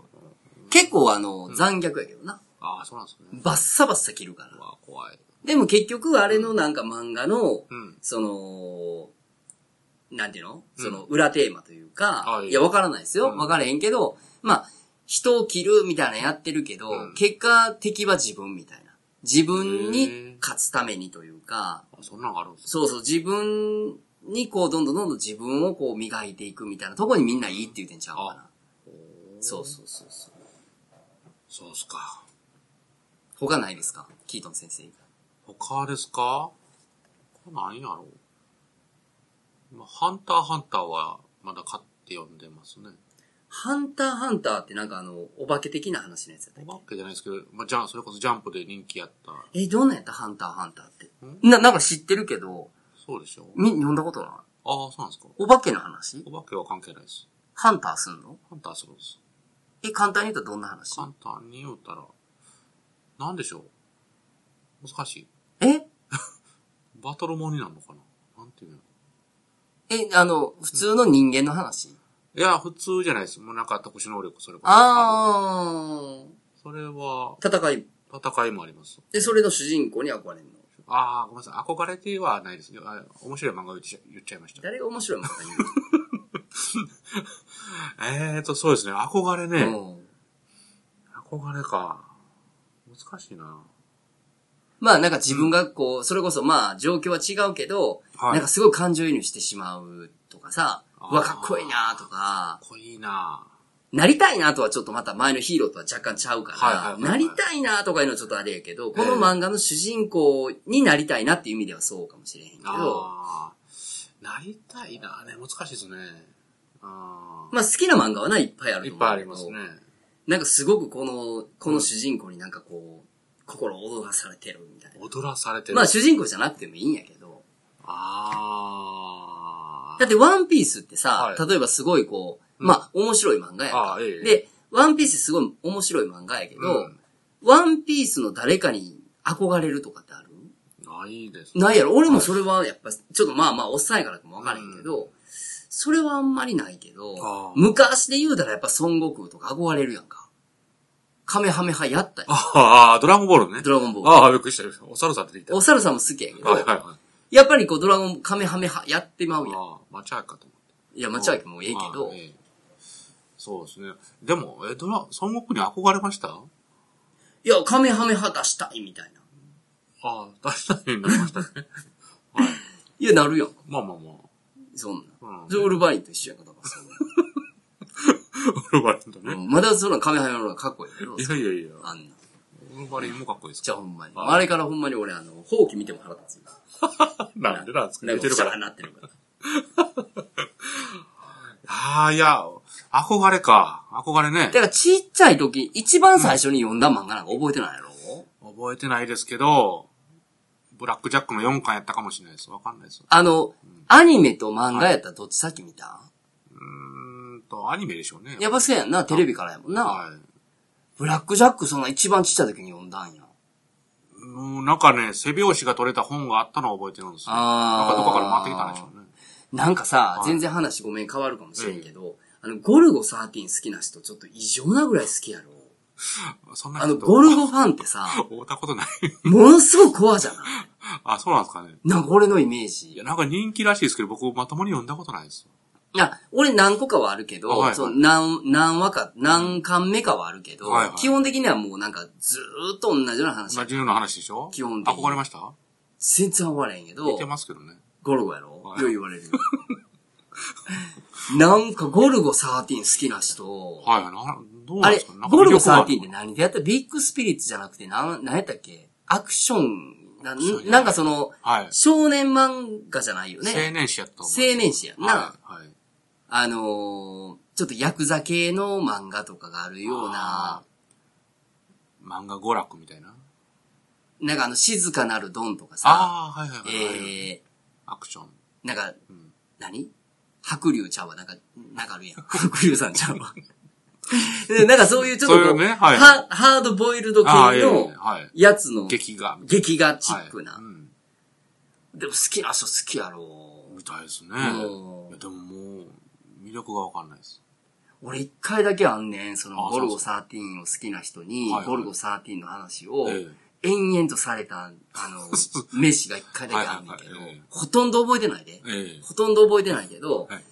S1: 結構あの、残虐やけどな。
S2: ああ、そうなんですね。
S1: バッサバッサ切るから
S2: う。わ、怖い。
S1: でも結局あれのなんか漫画の、
S2: うん。
S1: その、なんていうの
S2: うん
S1: その裏テーマというか、
S2: はい
S1: いや、わからないですよ。
S2: うん
S1: わからへんけど、まあ、人を切るみたいなのやってるけど、
S2: うん
S1: 結果敵は自分みたいな。自分に勝つためにというか、
S2: あそんなのがあるんです
S1: そうそう、自分にこう、どんどんどんどん自分をこう磨いていくみたいなとこにみんないいって言うてんちゃうかな。そうそうそうそう。
S2: そうっすか。
S1: 他ないですかキートン先生以外。
S2: 他ですかこれ何やろうまあハンターハンターはまだ買って読んでますね。
S1: ハンターハンターってなんかあの、お化け的な話のやつやったっけ
S2: お化けじゃないですけど、まあ、じゃあ、それこそジャンプで人気やった。
S1: え、どんなんやったハンターハンターって。
S2: ん
S1: な、なんか知ってるけど、
S2: そうでしょ
S1: み、読んだことない。
S2: ああ、そうなんですか
S1: お化けの話
S2: お化けは関係ないです。
S1: ハンターすんの
S2: ハンターするんです。
S1: え、簡単に言うとどんな話
S2: 簡単に言うたら、なんでしょう難しい。
S1: え
S2: バトルモンになるのかななんていうの
S1: え、あの、普通の人間の話
S2: いや、普通じゃないです。もうなんか特殊能力、それこそ。
S1: あ
S2: それは、
S1: ー。戦い。
S2: 戦いもあります。
S1: で、それの主人公に憧れるの。
S2: ああ、ごめんなさい。憧れてはないです。あ面白い漫画言っちゃ言っちゃいました。
S1: 誰が面白いもんか
S2: えーと、そうですね。憧れね。
S1: 言うのうん
S2: 憧れか。難しいな。
S1: まあなんか自分がこう、それこそまあ状況は違うけど、
S2: はい
S1: なんかすごい感情移入してしまうとかさ、
S2: あー
S1: うわ、かっこいいなとか、
S2: これいいな。
S1: なりたいなとはちょっとまた前のヒーローとは若干ちゃうから、
S2: はいはいはいはい
S1: なりたいなとかいうのはちょっとあれやけど、この漫画の主人公になりたいなっていう意味ではそうかもしれへんけど、
S2: ああ。なりたいな。ね、難しいですね。ああ。
S1: まあ好きな漫画はないっぱいある
S2: いっ
S1: と思う
S2: ぱいありますね。。
S1: なんかすごくこの、この主人公になんかこう、心躍らされてるみたいな。
S2: 踊らされてる。
S1: まあ主人公じゃなくてもいいんやけど、
S2: あ
S1: だってワンピースってさ、
S2: はい
S1: 例えばすごいこう、
S2: うん
S1: まあ面白い漫画やん
S2: あ
S1: か。
S2: あ、ええ。
S1: で、ワンピースすごい面白い漫画やけど、
S2: うん
S1: ワンピースの誰かに憧れるとかってある
S2: ないです
S1: ないやろ俺もそれはやっぱ、ちょっとまあまあおっさんやからかもわからへんけど、それはあんまりないけ
S2: あ
S1: ど
S2: あ、
S1: 昔で言うたらやっぱ孫悟空とか憧れるやんか。カメハメハやったやん。
S2: ああ、ドラゴンボールね
S1: ド。ラゴンボール。
S2: ああ、びっくりしたびっくりした。お猿さん出てきた。
S1: お猿さんも好きやけど、
S2: はいはいはい。
S1: やっぱりこうドラゴンカメハメハやってまうやん。
S2: ああ、マチャーかと思って。
S1: いや、まあ、チャーキもええけど、
S2: あええそうですね。でも、え、ドラ、孫悟空に憧れました
S1: いや、カメハメハ出したいみたいな。
S2: ああ、確かになりましたね。はい。
S1: いや、なるやんか。
S2: まあまあまあ。
S1: そんな。
S2: うん
S1: ジョールバインと一緒やんか、だからそん な
S2: ウルヴァリンと
S1: う
S2: ね。
S1: んまだそんなカメハメハの方がかっこいいけど
S2: い、やいやいや。
S1: あんな。
S2: ウルヴァリンもかっこいいです
S1: じゃあ
S2: か
S1: ほんまに。
S2: あ
S1: あれからほんまに俺、あの、ほうき見ても腹立つよ。
S2: ら。なんでなんですか
S1: なんか
S2: 寝てる
S1: シ
S2: か
S1: ャー
S2: ら。
S1: なってるから。
S2: ああ、いや、憧れか。憧れね
S1: だ。からちっちゃい時、一番最初に読んだ漫画なんか覚えてないやろ、
S2: 覚えてないですけど、ブラックジャックの4巻やったかもしれないです。わかんないです。
S1: あの、アニメと漫画やったらどっち先見た、
S2: うーんと、アニメでしょうね。
S1: やっぱそうやんな、テレビからやもんな。
S2: はい。
S1: ブラックジャックそんな一番ちっちゃい時に読んだんや。
S2: うん、なんかね、背表紙が取れた本があったのを覚えてるんですよ。
S1: あー
S2: なんかどこから回ってきたんでしょうね。
S1: なんかさ、
S2: はい
S1: 全然話ごめん変わるかもしれんけど、あの、ゴルゴ13好きな人ちょっと異常なぐらい好きやろ。
S2: そんな
S1: あ
S2: 人
S1: の、ゴルゴファンってさ、
S2: 会ったことない。
S1: ものすごく怖じゃない
S2: あ、そうなんですかね。
S1: なんか俺のイメー
S2: い
S1: ジ
S2: や、。なんか人気らしいですけど、僕まともに読んだことないです。
S1: いや、俺何個かはあるけ
S2: あはいは
S1: ど、
S2: い
S1: そう何、何話か、何巻目かはあるけど
S2: はいは、い
S1: 基本的にはもうなんかずーっと同じような話
S2: 同。じような話でしょ
S1: 基本的に
S2: 憧れました
S1: 全然終われへんけ
S2: 似
S1: ど
S2: て、ますけどね。
S1: ゴルゴやろ
S2: はい
S1: よう言われるよ。 なんかゴルゴ13好きな人、
S2: はい、な、どう
S1: あ
S2: なんで
S1: れ
S2: すかな、んか
S1: ゴルゴ
S2: 魅力がある
S1: 13って何でやったビッグスピリッツじゃなくて、なん、なんやったっけアクション、な
S2: ションじゃない
S1: なんかその、
S2: はい。
S1: 少年漫画じゃないよ
S2: 青
S1: ね。
S2: 年誌やったと思う。
S1: 青年誌やんな。
S2: はい。はい。
S1: あのー、ちょっとヤクザ系の漫画とかがあるような、
S2: 漫画娯楽みたいな。
S1: なんかあの、静かなるドンとかさ、
S2: ああ、はいはいはい。
S1: え
S2: アクション。
S1: ー、なんか、
S2: うん
S1: 何白龍ちゃうわ、なんか、なんかあるやん。白龍さんちゃうわ。でなんかそういうちょっとこう
S2: そういうねはい
S1: ハハードボイルド系
S2: ああ、いえいえ
S1: の
S2: はい。
S1: やつの
S2: 劇画。
S1: 劇画チックな。
S2: はいうん
S1: でも好きな人好きやろ。
S2: みたいですね。
S1: うん
S2: いやでももう、魅力がわかんないです。
S1: 俺一回だけあんねん、その
S2: あ
S1: ゴルゴ13を好きな人に
S2: はいは、い
S1: ゴルゴ13の話を
S2: ええ
S1: 延々とされた、あ の、名詞が一回だけあんねんけど
S2: はいはいはいええ、
S1: ほとんど覚えてないで。
S2: ええ。
S1: ほとんど覚えてないけど
S2: はい、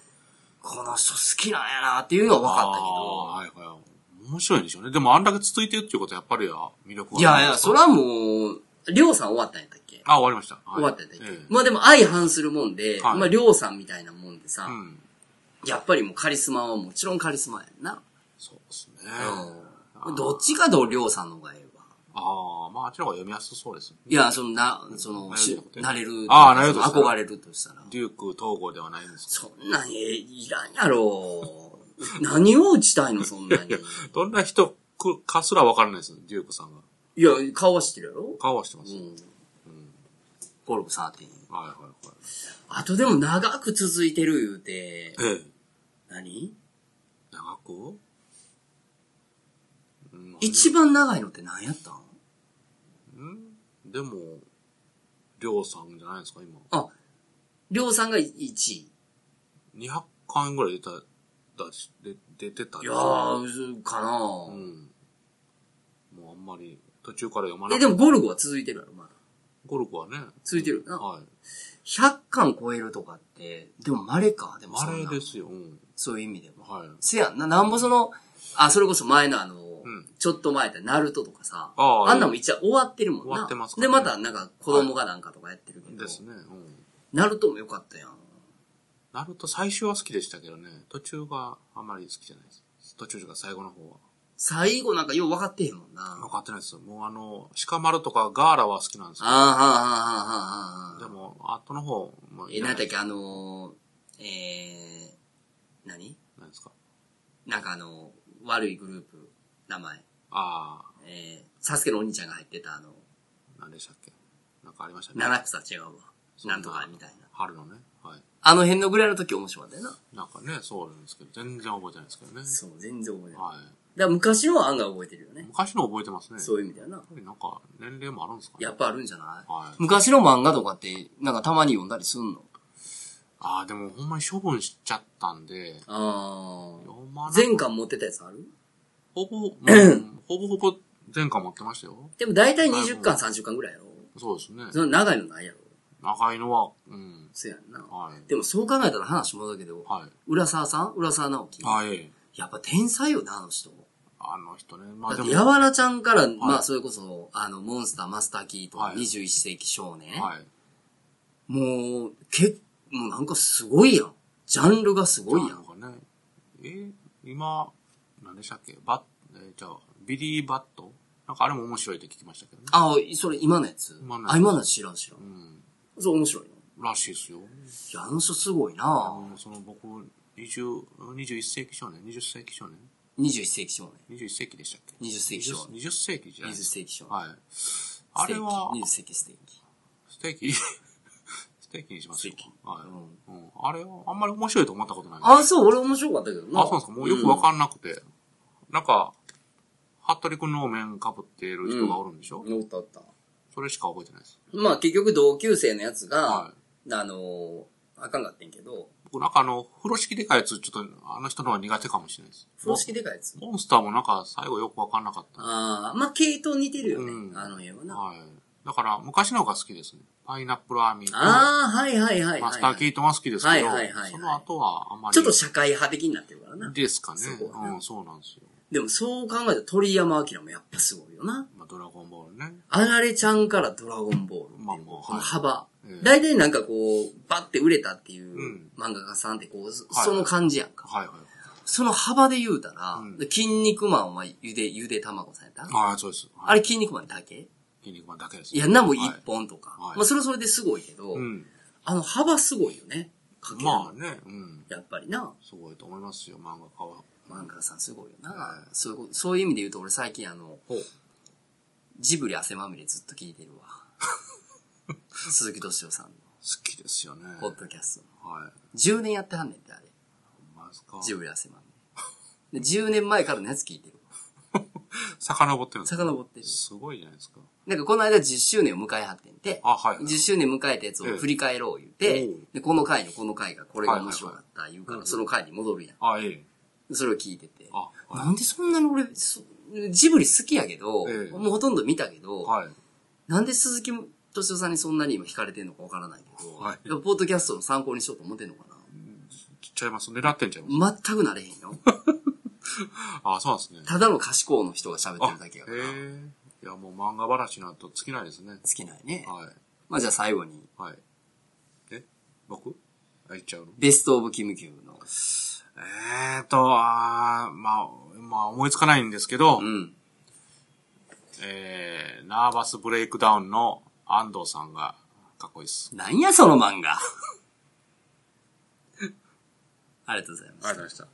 S1: この人好きなんやなっていうのは分かったけど、
S2: あーはいはい。面白いんでしょうね。でもあんだけ続いてるっていうことはやっぱりあ魅力が
S1: いやいや、それ
S2: は。
S1: はもう、りょうさん終わったんやったっけ
S2: あ、終わりました。はい
S1: 終わったんやったっけ
S2: ええ
S1: まあでも相反するもんで、
S2: はい
S1: まありょうさんみたいなもんでさ
S2: う、ん。
S1: やっぱりもうカリスマはもちろんカリスマやんな。
S2: そうですね。
S1: うんどっちかとりょうさんの方がええわ。
S2: ああ、まああちらが読みやすそうです。
S1: いや、その、な、その、しな
S2: な
S1: れる。
S2: ああなれるとしたら
S1: 憧れるとしたら。
S2: デューク統合ではないんです
S1: そんなん、え、いらんやろ。何を打ちたいの、そんなに。
S2: けど。どんな人かすらわからないです。デュークさんが。
S1: いや、顔は知ってるやろ
S2: 顔はしてま
S1: う
S2: す。
S1: ん。ゴルフ13。
S2: はいはいはい。
S1: あとでも長く続いてる言うて、
S2: ええ。
S1: 何
S2: 長くうん
S1: 一番長いのって何やったん
S2: うんでも、りょうさんじゃないですか、今。
S1: あ、りょうさんが1位。
S2: 200巻ぐらい出た、だし、で出てたん
S1: い
S2: で
S1: や
S2: すよ
S1: ー、かな
S2: う、ん。もうあんまり、途中から読まな
S1: え、
S2: く
S1: で
S2: て、
S1: もゴルゴは続いてるやろ、まだ。
S2: ゴルフはね、
S1: 続いてるよな。
S2: はい。
S1: 100巻超えるとかって、でも稀か、でもそ
S2: あ
S1: ん
S2: れ
S1: な
S2: ですよ、うん。
S1: そういう意味でも。
S2: はい。
S1: せやんな、なんぼその、あ、それこそ前のあの、
S2: ん
S1: ちょっと前だ、ナルトとかさ、
S2: ああ
S1: んなんも一応終わってるもんな。
S2: 終わってますか
S1: で、
S2: らね
S1: またなんか子供がなんかとかやってるけど、
S2: ですね、うん。
S1: ナルトもよかったやん。
S2: ナルト最初は好きでしたけどね、途中があんまり好きじゃないです。途中というか最後の方は。
S1: 最後なんかよう分かってへんもんな。
S2: 分かってないですよ。もうあの、鹿丸とかガーラは好きなんですけ
S1: ああ、はあ、はあ、はあ、はあ。
S2: ど、でも、後の方、もう
S1: え、
S2: い
S1: なん
S2: ら
S1: だ
S2: な
S1: っ
S2: い
S1: け、あのー、えー、何
S2: なんですか。
S1: なんかあの、悪いグループ、名前。
S2: あ
S1: えー、サスケのお兄ちゃんが入ってたあの、
S2: あ、なんでしたっけ。なんかありましたね。
S1: 七草違うわ。
S2: そん
S1: なんとかみたいな。
S2: 春のね。はい。
S1: あの辺のぐらいの時面白かったよな。
S2: なんかね、そうなんですけど、全然覚えてないですけどね。
S1: そう、全然覚えてない。だか
S2: はい。
S1: ら昔の案が覚えてるよね。
S2: 昔の覚えてますね。
S1: そう
S2: やっ
S1: いう意味だよな。
S2: ぱりなんか、年齢もあるんですかね。
S1: やっぱあるんじゃない
S2: はい。
S1: 昔の漫画とかって、なんかたまに読んだりすんの
S2: ああ、でもほんまに処分しちゃったんで、
S1: あ
S2: 読まない。
S1: 全巻持ってたやつある
S2: ほぼ、うんほぼほぼ前回持ってましたよ。
S1: でも大体20巻、30巻ぐらいやろ。
S2: そうですね。
S1: その長いのないやろ。
S2: 長いのは、うん。
S1: そうやんな。
S2: はい。
S1: でもそう考えたら話もだけど、
S2: はい。
S1: 浦沢さん浦沢直樹、
S2: はい。
S1: やっぱ天才よな、あの人。
S2: あの人ね。ま
S1: だっ
S2: あで
S1: て、
S2: も。
S1: やわらちゃんから、まあ、それこそ、あの、モンスター、マスターキーと、
S2: はい
S1: 21世紀少年。
S2: はい。
S1: もう、け、もうなんかすごいやん。ジャンルがすごいやん。
S2: なんかね。え今、何でしたっけバッ、えーじゃあ、ビリー・バットなんかあれも面白いって聞きましたけどね。
S1: あ、それ今のやつ
S2: 今のやつ
S1: あ、今のやつ知らん知らん
S2: う。ん。
S1: そう、面白いの。い
S2: らしいですよ。
S1: や、あの人すごい
S2: あ
S1: な
S2: の、その僕、20、21世紀少年 ?20 世紀少年
S1: 21世紀少
S2: ?21 世紀でしたっけ
S1: 年。20世紀少年。
S2: 20世紀じゃない
S1: 20
S2: です
S1: 世紀少
S2: か。
S1: 年。
S2: はい。あれは、
S1: 20世紀ステーキ。
S2: ステーキ ステーキにしましょ
S1: ステー
S2: うか。はい。
S1: うん
S2: うん。あれは、あんまり面白いと思ったことない。
S1: あ、そう、俺面白かったけどな。
S2: あ、そうなんですか。もうよくわかんなくて。なんか、服部くんの面被っている人がおるんでしょ、
S1: うんおったおった。
S2: それしか覚えてないです。
S1: まあ、結局同級生のやつが、
S2: は
S1: あのーあかんかってんけど、
S2: 僕なんかあの、風呂敷でかいやつ、ちょっとあの人の方が苦手かもしれないです。
S1: 風呂敷でかいやつ。
S2: モンスターもなんか最後よくわかんなかった。
S1: ああ、まあ、系統似てるよね。
S2: うん
S1: あの辺はな。あ
S2: はい。だから、昔の方が好きですね。パイナップルアーミーと、
S1: あー、はいはいはいはい。
S2: マスター・キートンは好きですけど、
S1: はいはいはいはい
S2: その後はあんまり。
S1: ちょっと社会派的になってるからな。
S2: ですかね。
S1: そこはね
S2: うん、そうなんですよ。
S1: でもそう考えたら鳥山明もやっぱすごいよな。
S2: まあ、ドラゴンボールね。
S1: あられちゃんからドラゴンボール。
S2: まあもう、
S1: この
S2: はい。
S1: 幅。
S2: ええ
S1: 大体なんかこう、バッて売れたっていう
S2: うん
S1: 漫画家さんってこう、そ
S2: はい
S1: その感じやんか。
S2: はいはい。
S1: その幅で言うたら、
S2: うん
S1: 筋肉マンはゆで、ゆで卵さんやった、
S2: ああ、そうです。はい
S1: あれ筋肉マンだけ
S2: 筋肉マンだけです。
S1: いや、なんも
S2: は
S1: 一本とか。
S2: はい
S1: まあそれはそれですごいけど、
S2: うん。
S1: あの幅すごいよね。かける
S2: まあね、うん。
S1: やっぱりな。
S2: すごいと思いますよ、漫画家は。
S1: 漫画家さんすごいよ
S2: は。
S1: ないそういうこと、そういう意味で言うと俺最近あの、
S2: ほう。
S1: ジブリ汗まみれずっと聞いてるわ。 鈴木敏夫さんの
S2: 好きですよね。
S1: ポッドキャスト。
S2: はい。
S1: 10年やってはんねんってあれ。
S2: マジか。
S1: ジブリ汗まみれ。で、10年前からのやつ聞いてるわ。
S2: 遡ってるんですか
S1: 遡ってる。
S2: すごいじゃないですか。
S1: なんかこの間10周年を迎えはってんて、
S2: あ、はい。
S1: 10周年迎えたやつを振り返ろう言って
S2: ええ、
S1: で、この回のこの回がこれが面白かった言うか
S2: はいはいは
S1: ら、
S2: い
S1: その回に戻るや
S2: あ、ええ。
S1: ん。それを聞いてて。
S2: あ、
S1: な
S2: は
S1: んでそんなに俺、そジブリ好きやけど、
S2: ええ
S1: もうほとんど見たけど、
S2: い。はい。
S1: なんで鈴木敏夫さんにそんなに今惹かれてるのかわからないけど、
S2: はい
S1: やっぱポッドキャストの参考にしようと思ってんのか
S2: ちっちゃいます。狙ってんちゃいます。
S1: な全くなれへんよ。
S2: あ、そうなんですね。
S1: ただの賢いの人が喋っ
S2: あ、
S1: てるだけやから。
S2: へ
S1: 尽
S2: え。いや、もう漫画話になると尽きないですね。
S1: きないね。
S2: はい。
S1: まあじゃあ最後に、
S2: はい。え僕あ、いっちゃうの
S1: ベストオブキムキューの。
S2: えーと、あーまあ、まあ思いつかないんですけど、
S1: うん。
S2: えー、ナーバスブレイクダウンの安藤さんがかっこいいです。
S1: なん やその漫画。ありがとうございました。
S2: いました。